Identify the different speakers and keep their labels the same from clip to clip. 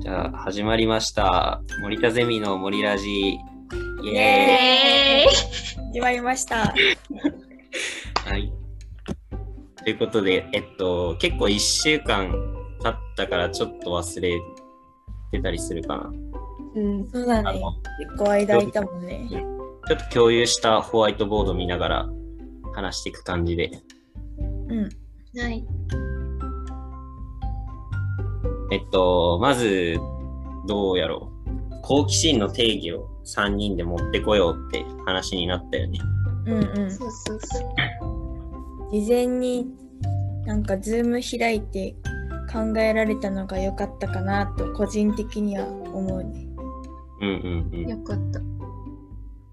Speaker 1: じゃあ始まりました。森田ゼミの森ラジ。イ
Speaker 2: イ
Speaker 1: エ
Speaker 2: エーイ
Speaker 3: 決まりました。
Speaker 1: ーイ。はい。ということで、えっと、結構1週間経ったからちょっと忘れてたりするかな。
Speaker 3: うん、そうだ
Speaker 1: あ
Speaker 3: ね。
Speaker 1: の、
Speaker 3: 結構間空いたもんね。
Speaker 1: ちょっと共有したホワイトボード見ながら話していく感じで。
Speaker 3: うん。
Speaker 2: はい。
Speaker 1: えっと、まず、どうやろう。好奇心の定義を3人で持ってこようって話になったよね。
Speaker 3: うんうん。
Speaker 2: そうそうそう。
Speaker 3: 事前になんかズーム開いて考えられたのが良かったかなと個人的には思うね。
Speaker 1: うんうんう
Speaker 2: よかった。
Speaker 1: ん。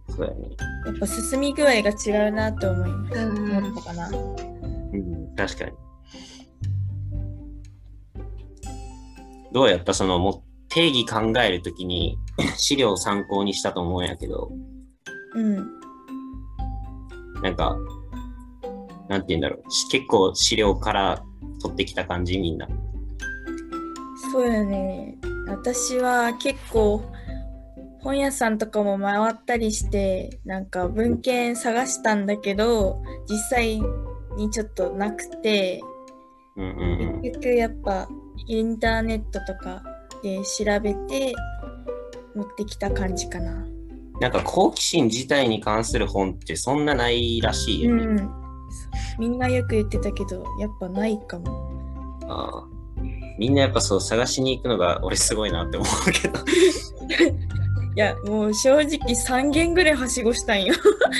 Speaker 1: そうだよね。
Speaker 3: やっぱ進み具合が違うなと思いま
Speaker 2: う
Speaker 3: す。
Speaker 2: ん
Speaker 3: 思ったかな。
Speaker 1: うん、確かに。どうやったその、も定義考えるときに資料を参考にしたと思うんやけど、
Speaker 3: うん。
Speaker 1: なんか、なんて言うんだろう。し結構資料から取ってきた感じ、みんな。
Speaker 3: そうよね。私は結構本屋さんとかも回ったりしてなんか文献探したんだけど実際にちょっとなくて
Speaker 1: うんうん
Speaker 3: 結局やっぱインターネットとかで調べて持ってきた感じかな。
Speaker 1: うん。なんか好奇心自体に関する本ってそんなないらしいよね。
Speaker 3: ん、みんなよく言ってたけどやっぱないかも。
Speaker 1: あーみんなやっぱそう探しに行くのが俺すごいなって思うけど。
Speaker 3: いやもう正直3軒ぐらいはしごしたんよ。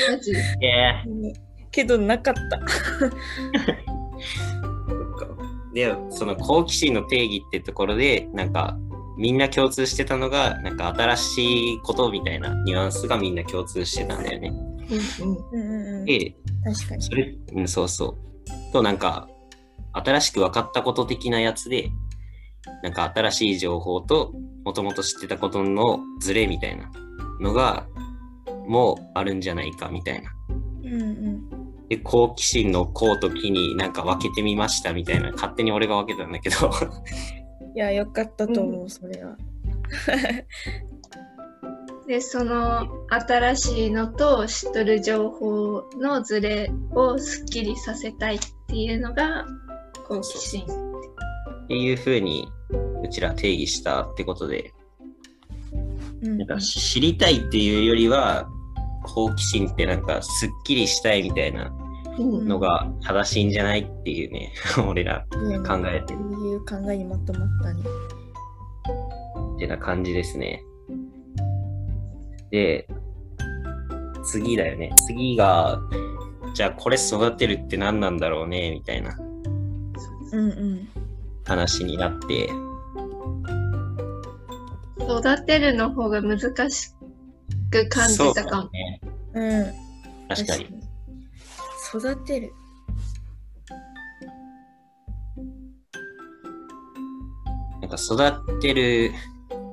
Speaker 2: マジで
Speaker 1: え
Speaker 3: けどなかった。
Speaker 1: でその好奇心の定義ってところでなんかみんな共通してたのがなんか新しいことみたいなニュアンスがみんな共通してたんだよね。
Speaker 2: うんうん。
Speaker 3: うんうんうん、
Speaker 1: で
Speaker 3: 確かに。
Speaker 1: それ、うん、そうそう。となんか新しく分かったこと的なやつでなんか新しい情報ともともと知ってたことのズレみたいなのがもうあるんじゃないかみたいな。
Speaker 3: うんうん。
Speaker 1: で好奇心の「こう」と「き」になんか分けてみましたみたいな勝手に俺が分けたんだけど
Speaker 3: いやよかったと思う、それは。
Speaker 2: で、その新しいのと知っとる情報のズレをすっきりさせたいっていうのが好奇心。
Speaker 1: っていう風にうちら定義したってことで
Speaker 3: うん
Speaker 1: なんか知りたいっていうよりは好奇心ってなんかすっきりしたいみたいな
Speaker 2: うん
Speaker 1: のが正しいんじゃないっていうね 俺ら考えて
Speaker 3: そ
Speaker 1: る
Speaker 3: ういう考えにまとまったね。
Speaker 1: ってな感じですねで次だよね次がじゃあこれ育てるって何なんだろうねみたいな
Speaker 3: うんうん。
Speaker 1: 話になって
Speaker 2: 育てるの方が難しく感じ
Speaker 1: そ
Speaker 2: たか
Speaker 1: う
Speaker 2: も。
Speaker 1: だね
Speaker 3: うん、
Speaker 1: 確かに。
Speaker 3: 確かに育てる。
Speaker 1: なんか育てる、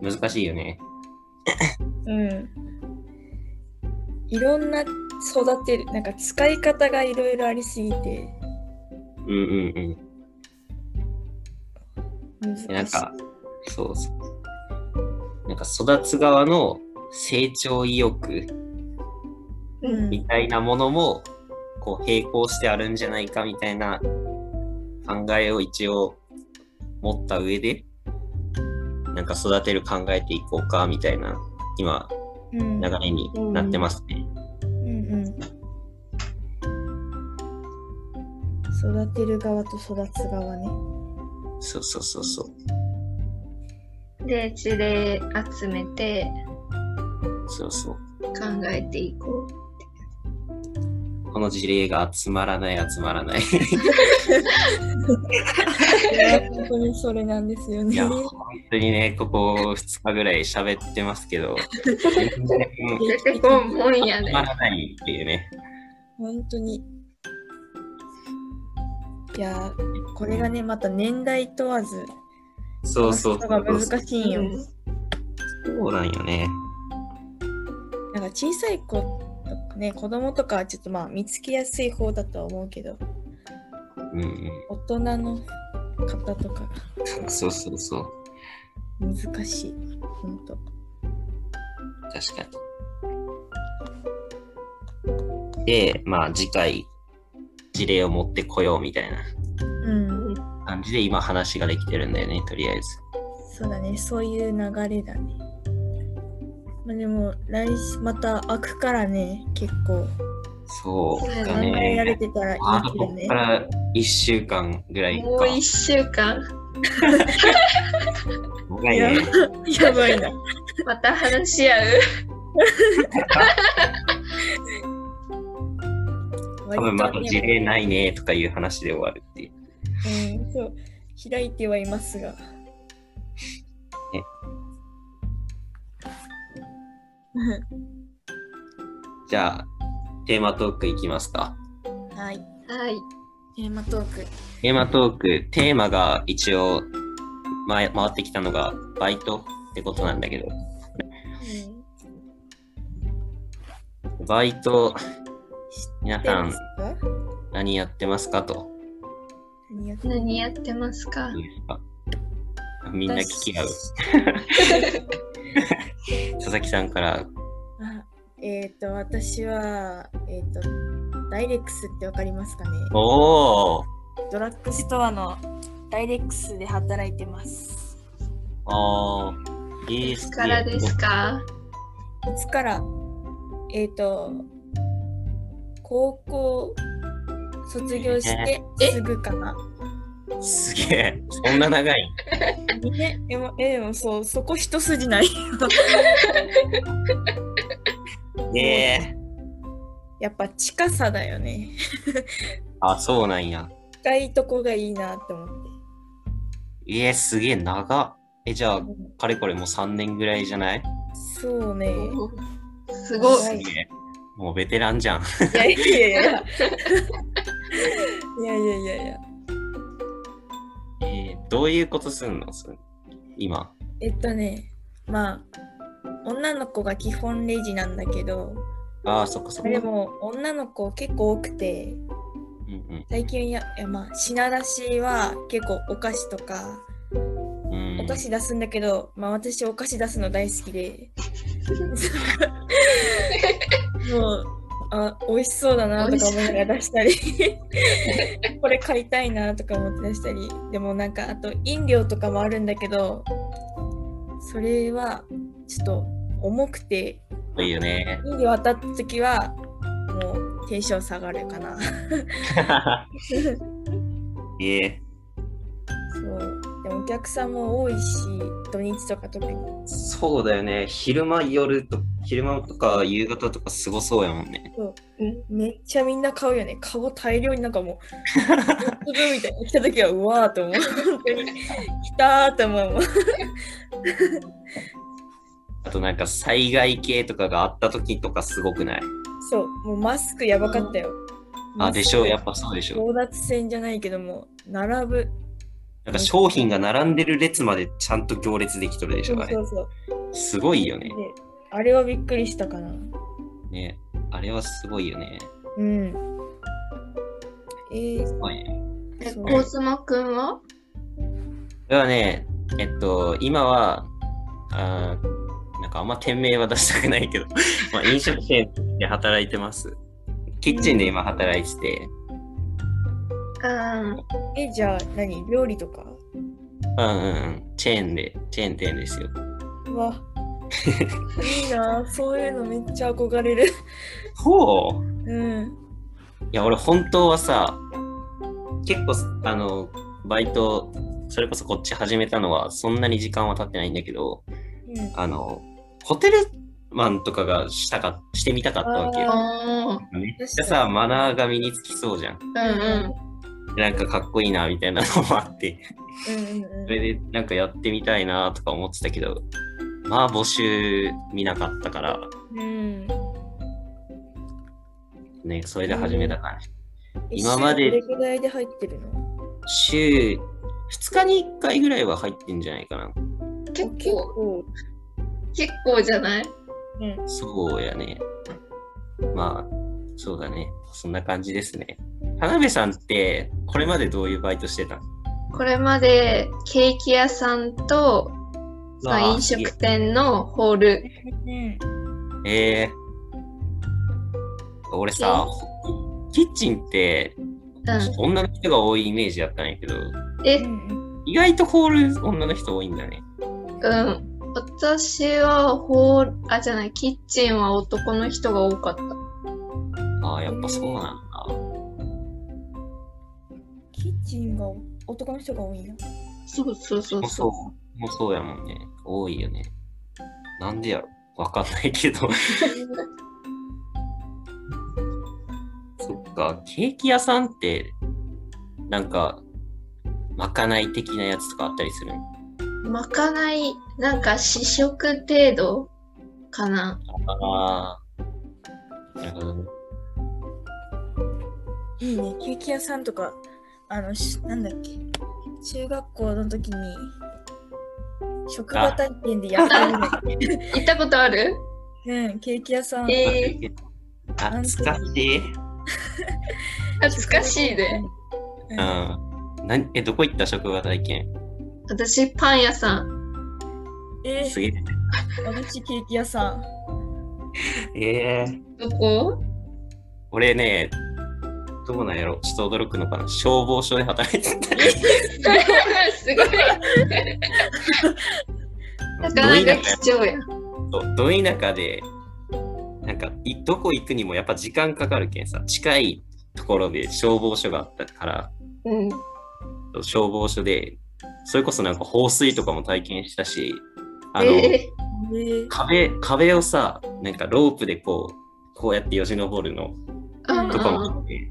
Speaker 1: 難しいよね。
Speaker 3: うん。いろんな育てる、なんか使い方がいろいろありすぎて
Speaker 1: うんうん
Speaker 3: 難し
Speaker 1: う
Speaker 3: い。
Speaker 1: ん。なんか、そうそう。なんか育つ側の成長意欲
Speaker 3: う
Speaker 1: み
Speaker 3: ん、
Speaker 1: たいなものも、こう並行してあるんじゃないかみたいな考えを一応持った上で、なんか育てる考えていこうかみたいな、今、
Speaker 3: うん、
Speaker 1: 流れになってますね。
Speaker 3: うんうん。育てる側と育つ 側ね。
Speaker 1: そうそうそうそう。
Speaker 2: で、事例集めて
Speaker 1: そうそう。
Speaker 2: 考えていこう。
Speaker 1: この事例が集まらない集まらない。
Speaker 3: いや本当にそれなんですよ
Speaker 1: い
Speaker 3: ね
Speaker 1: や、。本当にね、ここ2日ぐらい喋ってますけど、全然
Speaker 2: 出てこんもんや
Speaker 1: 止
Speaker 2: ね
Speaker 1: ま。らないっていうね。
Speaker 3: 本当に。いや、これがね、また年代問わず、
Speaker 1: そうそう
Speaker 3: こ
Speaker 1: そ
Speaker 3: の
Speaker 1: う。
Speaker 3: 人が難しいんよ。
Speaker 1: そうなんよね。
Speaker 3: なんか小さい子とかね、子供とかはちょっとまあ見つけやすい方だとは思うけど、
Speaker 1: うん
Speaker 3: 大人の方とかが
Speaker 1: うん。そうそうそう。
Speaker 3: 難しい。本当。
Speaker 1: 確かに。で、まあ次回、事例を持ってこようみたいな
Speaker 3: うん。
Speaker 1: 感じで今話ができてるんだよね、とりあえず。
Speaker 3: そうだね。そういう流れだね。まあ、でも来週また開くからね。結構
Speaker 1: そう
Speaker 2: そう
Speaker 1: だ
Speaker 2: だ
Speaker 3: 考えら
Speaker 1: ね。
Speaker 3: れてたらいい
Speaker 1: あと
Speaker 3: けど
Speaker 1: こっ
Speaker 3: ね
Speaker 1: か。ら1週間ぐらいか。
Speaker 2: もう一週間、
Speaker 1: 長いね。
Speaker 3: やばいな。
Speaker 2: また話し合う。
Speaker 1: 多分まだ事例
Speaker 3: い。
Speaker 1: ないねとかいう話で終わるっていう。
Speaker 3: うん、そう開いてはいますが。
Speaker 1: じゃあ、テーマトークいきますか。
Speaker 3: はい。
Speaker 2: はい。
Speaker 3: テーマトーク。
Speaker 1: テーマトーク、テーマが一応、ま、回ってきたのがバイトってことなんだけど、
Speaker 3: うん。
Speaker 1: バイト、皆さ
Speaker 3: で
Speaker 1: ん
Speaker 3: すか
Speaker 1: 何やってますかと
Speaker 3: 何やって
Speaker 2: 何やってますか
Speaker 1: いうか、みんな聞き合う。佐々木さんから、
Speaker 3: あえっ、と、私は、えっ、と、ダイレックスってわかりますかね
Speaker 1: おー
Speaker 3: ドラッグストアのダイレックスで働いてます。
Speaker 1: あー、いい
Speaker 2: い
Speaker 1: っす
Speaker 2: つ
Speaker 1: ね
Speaker 2: からですか
Speaker 3: いつから、えっ、と、高校卒業して
Speaker 2: え
Speaker 3: すぐかな。
Speaker 1: すげえ、そんな長い。
Speaker 3: 2年え、もえでもそう、そこ一筋ない。
Speaker 1: ねえ。
Speaker 3: やっぱ近さだよね。
Speaker 1: あ、そうなんや。
Speaker 3: 近いとこがいいなって思って。
Speaker 1: えー、すげえ長っ。え、じゃあ、かれこれもう3年ぐらいじゃない
Speaker 3: そうね。
Speaker 2: すご。
Speaker 3: はいい
Speaker 1: すげえ。もうベテランじゃん。
Speaker 3: いやいやいやいや。いやいやいやいや。
Speaker 1: えーどういうことすんのそれ今。
Speaker 3: えっとね、まあ、女の子が基本レジなんだけど、
Speaker 1: ああ、そっかそっか。
Speaker 3: でも女の子結構多くて、
Speaker 1: うん
Speaker 3: 最近や、いやまあ、品出しは結構お菓子とか、
Speaker 1: うん、うん
Speaker 3: お菓子出すんだけど、まあ私お菓子出すの大好 きで、もう、あ、美味しそうだなとか思いながら出したり、これ買いたいなとか思って出したり、でもなんかあと飲料とかもあるんだけど、それはちょっと重くて
Speaker 1: そういう ね。
Speaker 3: 2で渡った時はもうテンション下がるかな
Speaker 1: ええ
Speaker 3: そうでもお客さんも多いし土日とか特に
Speaker 1: そうだよね。昼間、夜と、昼間とか夕方とかすごそうやもんね。
Speaker 3: めっちゃみんな買うよねカゴ大量になんかもう 自分みたいに来た時はうわーと思う本当に来たーと思うもん
Speaker 1: あとなんか災害系とかがあった時とかすごくない
Speaker 3: そうもうマスクやばかったよ、
Speaker 1: あ、でしょう。やっぱそうでしょう。
Speaker 3: 争奪戦じゃないけども並ぶ
Speaker 1: なんか商品が並んでる列までちゃんと行列できとるでし
Speaker 3: そ
Speaker 1: ょ。
Speaker 3: う
Speaker 1: あれ
Speaker 3: そうそう
Speaker 1: すごいよね
Speaker 3: で。あれはびっくりしたかな
Speaker 1: ね。あれはすごいよね。
Speaker 3: うんえー、
Speaker 1: はい。
Speaker 2: え、
Speaker 3: そう
Speaker 2: コスモくんは
Speaker 1: それはね、えっと、今は、あーなんかあんま店名は出したくないけど、 まあ、飲食店で働いてます。キッチンで今働いてて、
Speaker 2: うん。
Speaker 3: えじゃあ何料理とか
Speaker 1: うんうんうん、チェーンで、チェーン店ですよ。
Speaker 3: うわいいなあそういうのめっちゃ憧れる
Speaker 1: ほう
Speaker 3: うん
Speaker 1: いや、俺本当はさ、結構、あの、バイト、それこそこっち始めたのは、そんなに時間は経ってないんだけど、
Speaker 3: うん
Speaker 1: あの、ホテルマンとかがしたか、してみたかったわけよ。
Speaker 2: おー。
Speaker 1: めっちゃさ、マナーが身につきそうじゃん。
Speaker 2: うんうん。
Speaker 1: なんかかっこいいなみたいなのもあって、
Speaker 3: うんうん
Speaker 1: そ
Speaker 3: うん
Speaker 1: れでなんかやってみたいなとか思ってたけど、まあ募集見なかったから、
Speaker 3: うん
Speaker 1: ね、それで始めたから、
Speaker 3: え
Speaker 1: 今まで
Speaker 3: 週どれぐらいで入ってるの
Speaker 1: 週2日に1回ぐらいは入ってんじゃないかな。
Speaker 2: 結
Speaker 3: 結
Speaker 2: 構、
Speaker 3: 構
Speaker 2: 結構じゃない
Speaker 3: うん
Speaker 1: そうやね。まあ、そうだね。そんな感じですね。田辺さんって、これまでどういうバイトしてたの
Speaker 2: これまでケーキ屋さんとそう飲食店のホール。
Speaker 3: うん。
Speaker 1: ええ俺さ、キッチンって
Speaker 2: う
Speaker 1: 女の人が多いイメージだったんやけど、
Speaker 2: ん。え、
Speaker 1: 意外とホール女の人多いんだね。
Speaker 2: うん。私はホール、あ、じゃない、キッチンは男の人が多かった。
Speaker 1: ああ、やっぱそうなんだ。
Speaker 3: キッチンが男の人が多いな。
Speaker 2: そうそうそう
Speaker 1: もう
Speaker 2: そ。
Speaker 1: そうう、もうそうやもんね。多いよね。なんでやろわかんないけど。 そっか、ケーキ屋さんって、なんか、まかない的なやつとかあったりするの
Speaker 2: まかない、なんか試食程度かな。
Speaker 1: ああ。なるほどね。
Speaker 3: いいね。ケーキ屋さんとか、あの、しなんだっけ。中学校の時に、職場体験でやったんだよ
Speaker 2: 行ったことある
Speaker 3: ね。うん、ケーキ屋さん。
Speaker 2: えー、
Speaker 1: 懐かしい。うん。
Speaker 2: 懐かしいで。
Speaker 3: うん。
Speaker 1: なんえ、どこ行った職場体験
Speaker 2: 私、パン屋さん。
Speaker 3: え
Speaker 1: すげえ。
Speaker 3: ー、私ケーキ屋さん。
Speaker 1: ええ
Speaker 2: どこ
Speaker 1: 俺ね、どうなんやろちょっと驚くのかな消防署で働いてたり。
Speaker 2: すごい。なかなか貴重や。
Speaker 1: そうど田舎でなんかいどこ行くにもやっぱ時間かかるけんさ近いところで消防署があったから
Speaker 2: うん。
Speaker 1: そう消防署でそれこそなんか放水とかも体験したしあの、
Speaker 2: え
Speaker 3: えー、
Speaker 1: 壁壁をさなんかロープでこうこうやってよじ登るの
Speaker 2: ー、あ
Speaker 1: とかも
Speaker 2: あ
Speaker 1: あって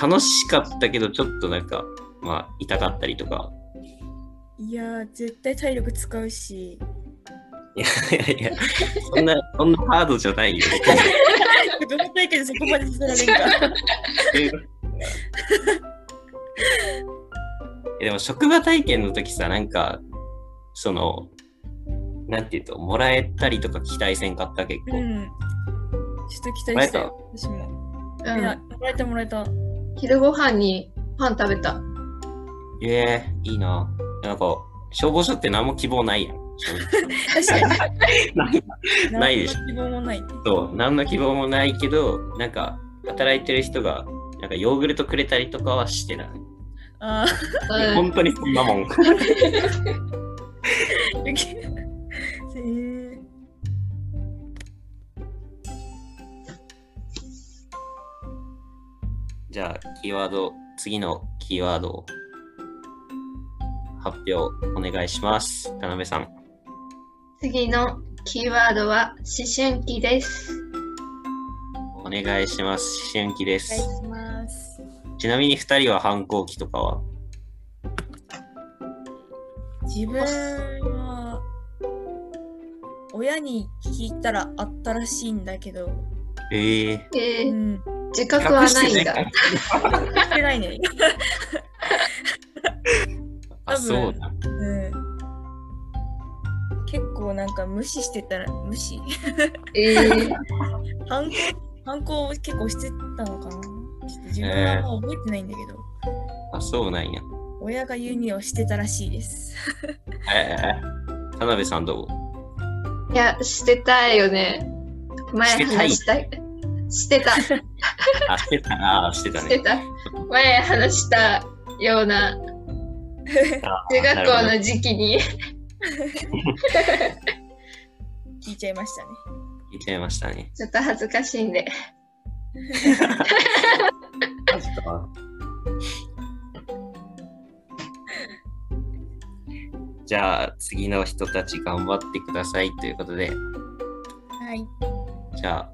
Speaker 1: 楽しかったけどちょっとなんかまあ痛かったりとか
Speaker 3: いやー、絶対体力使う し。
Speaker 1: いやいやそんなそんなハードじゃないよ
Speaker 3: どの体験でそこまでさせられんか。
Speaker 1: えでも職場体験の時さなんかそのなんていうともらえたりとか期待せんかった結構、
Speaker 3: うん。ちょっと期待してよ、私も。いや、もらえたもらえた。
Speaker 2: うん。昼ご飯にパン食べた。
Speaker 1: ええいいななんか消防署って何も希望ないやん正直
Speaker 3: 確かに。
Speaker 1: ないないでしょ
Speaker 3: 何の希望もないね。
Speaker 1: そう何の希望もないけどなんか働いてる人がなんかヨーグルトくれたりとかはしてない、
Speaker 3: あ
Speaker 2: うん。
Speaker 1: 本当にそんなもん
Speaker 3: あ、 へえ。
Speaker 1: じゃあキーワード次のキーワードを発表お願いします田辺さん
Speaker 2: 次のキーワードは思春期です。
Speaker 1: お願いします。思春期で
Speaker 3: お
Speaker 1: す。
Speaker 3: 願いします。
Speaker 1: ちなみに2人は反抗期とかは
Speaker 3: 自分は、親に聞いたらあったらしいんだけど、
Speaker 1: ええ
Speaker 2: え
Speaker 3: う
Speaker 2: ー、
Speaker 3: ん、し
Speaker 2: 自覚はないんだ。
Speaker 3: てないね。
Speaker 1: あ、そうだ。
Speaker 3: うん。結構なんか無視してたら、無視
Speaker 2: えー、
Speaker 3: 反抗、反抗を結構してたのかなちょっと自分はあんま覚えてないんだけど、
Speaker 1: あ、そうなんや。
Speaker 3: 親が言うにはしてたらしいです。
Speaker 1: ええ田辺さんどう
Speaker 2: いや、してたいよね。前話したい。してた。
Speaker 1: あ、してたな、あしてた
Speaker 2: して
Speaker 1: ね。
Speaker 2: た。前話したような
Speaker 1: あ
Speaker 2: 中学校
Speaker 1: なる
Speaker 2: の時期に。
Speaker 3: 聞いちゃいましたね。
Speaker 1: ほど言っちゃいましたね。
Speaker 2: ちょっと恥ずかしいんで。
Speaker 1: じゃあ、次の人たち頑張ってくださいということで、
Speaker 3: はい。
Speaker 1: じゃあ、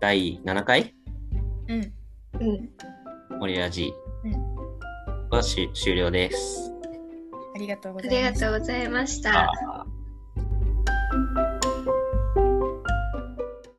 Speaker 1: 第7回
Speaker 3: うん。
Speaker 2: うん。
Speaker 1: 森ラジ
Speaker 3: うん
Speaker 1: はし終了です。
Speaker 3: ありがとうご
Speaker 2: あ
Speaker 3: ざい
Speaker 2: り
Speaker 3: ま
Speaker 2: が
Speaker 3: す。
Speaker 2: とうございまし
Speaker 1: あ
Speaker 2: た。
Speaker 1: ー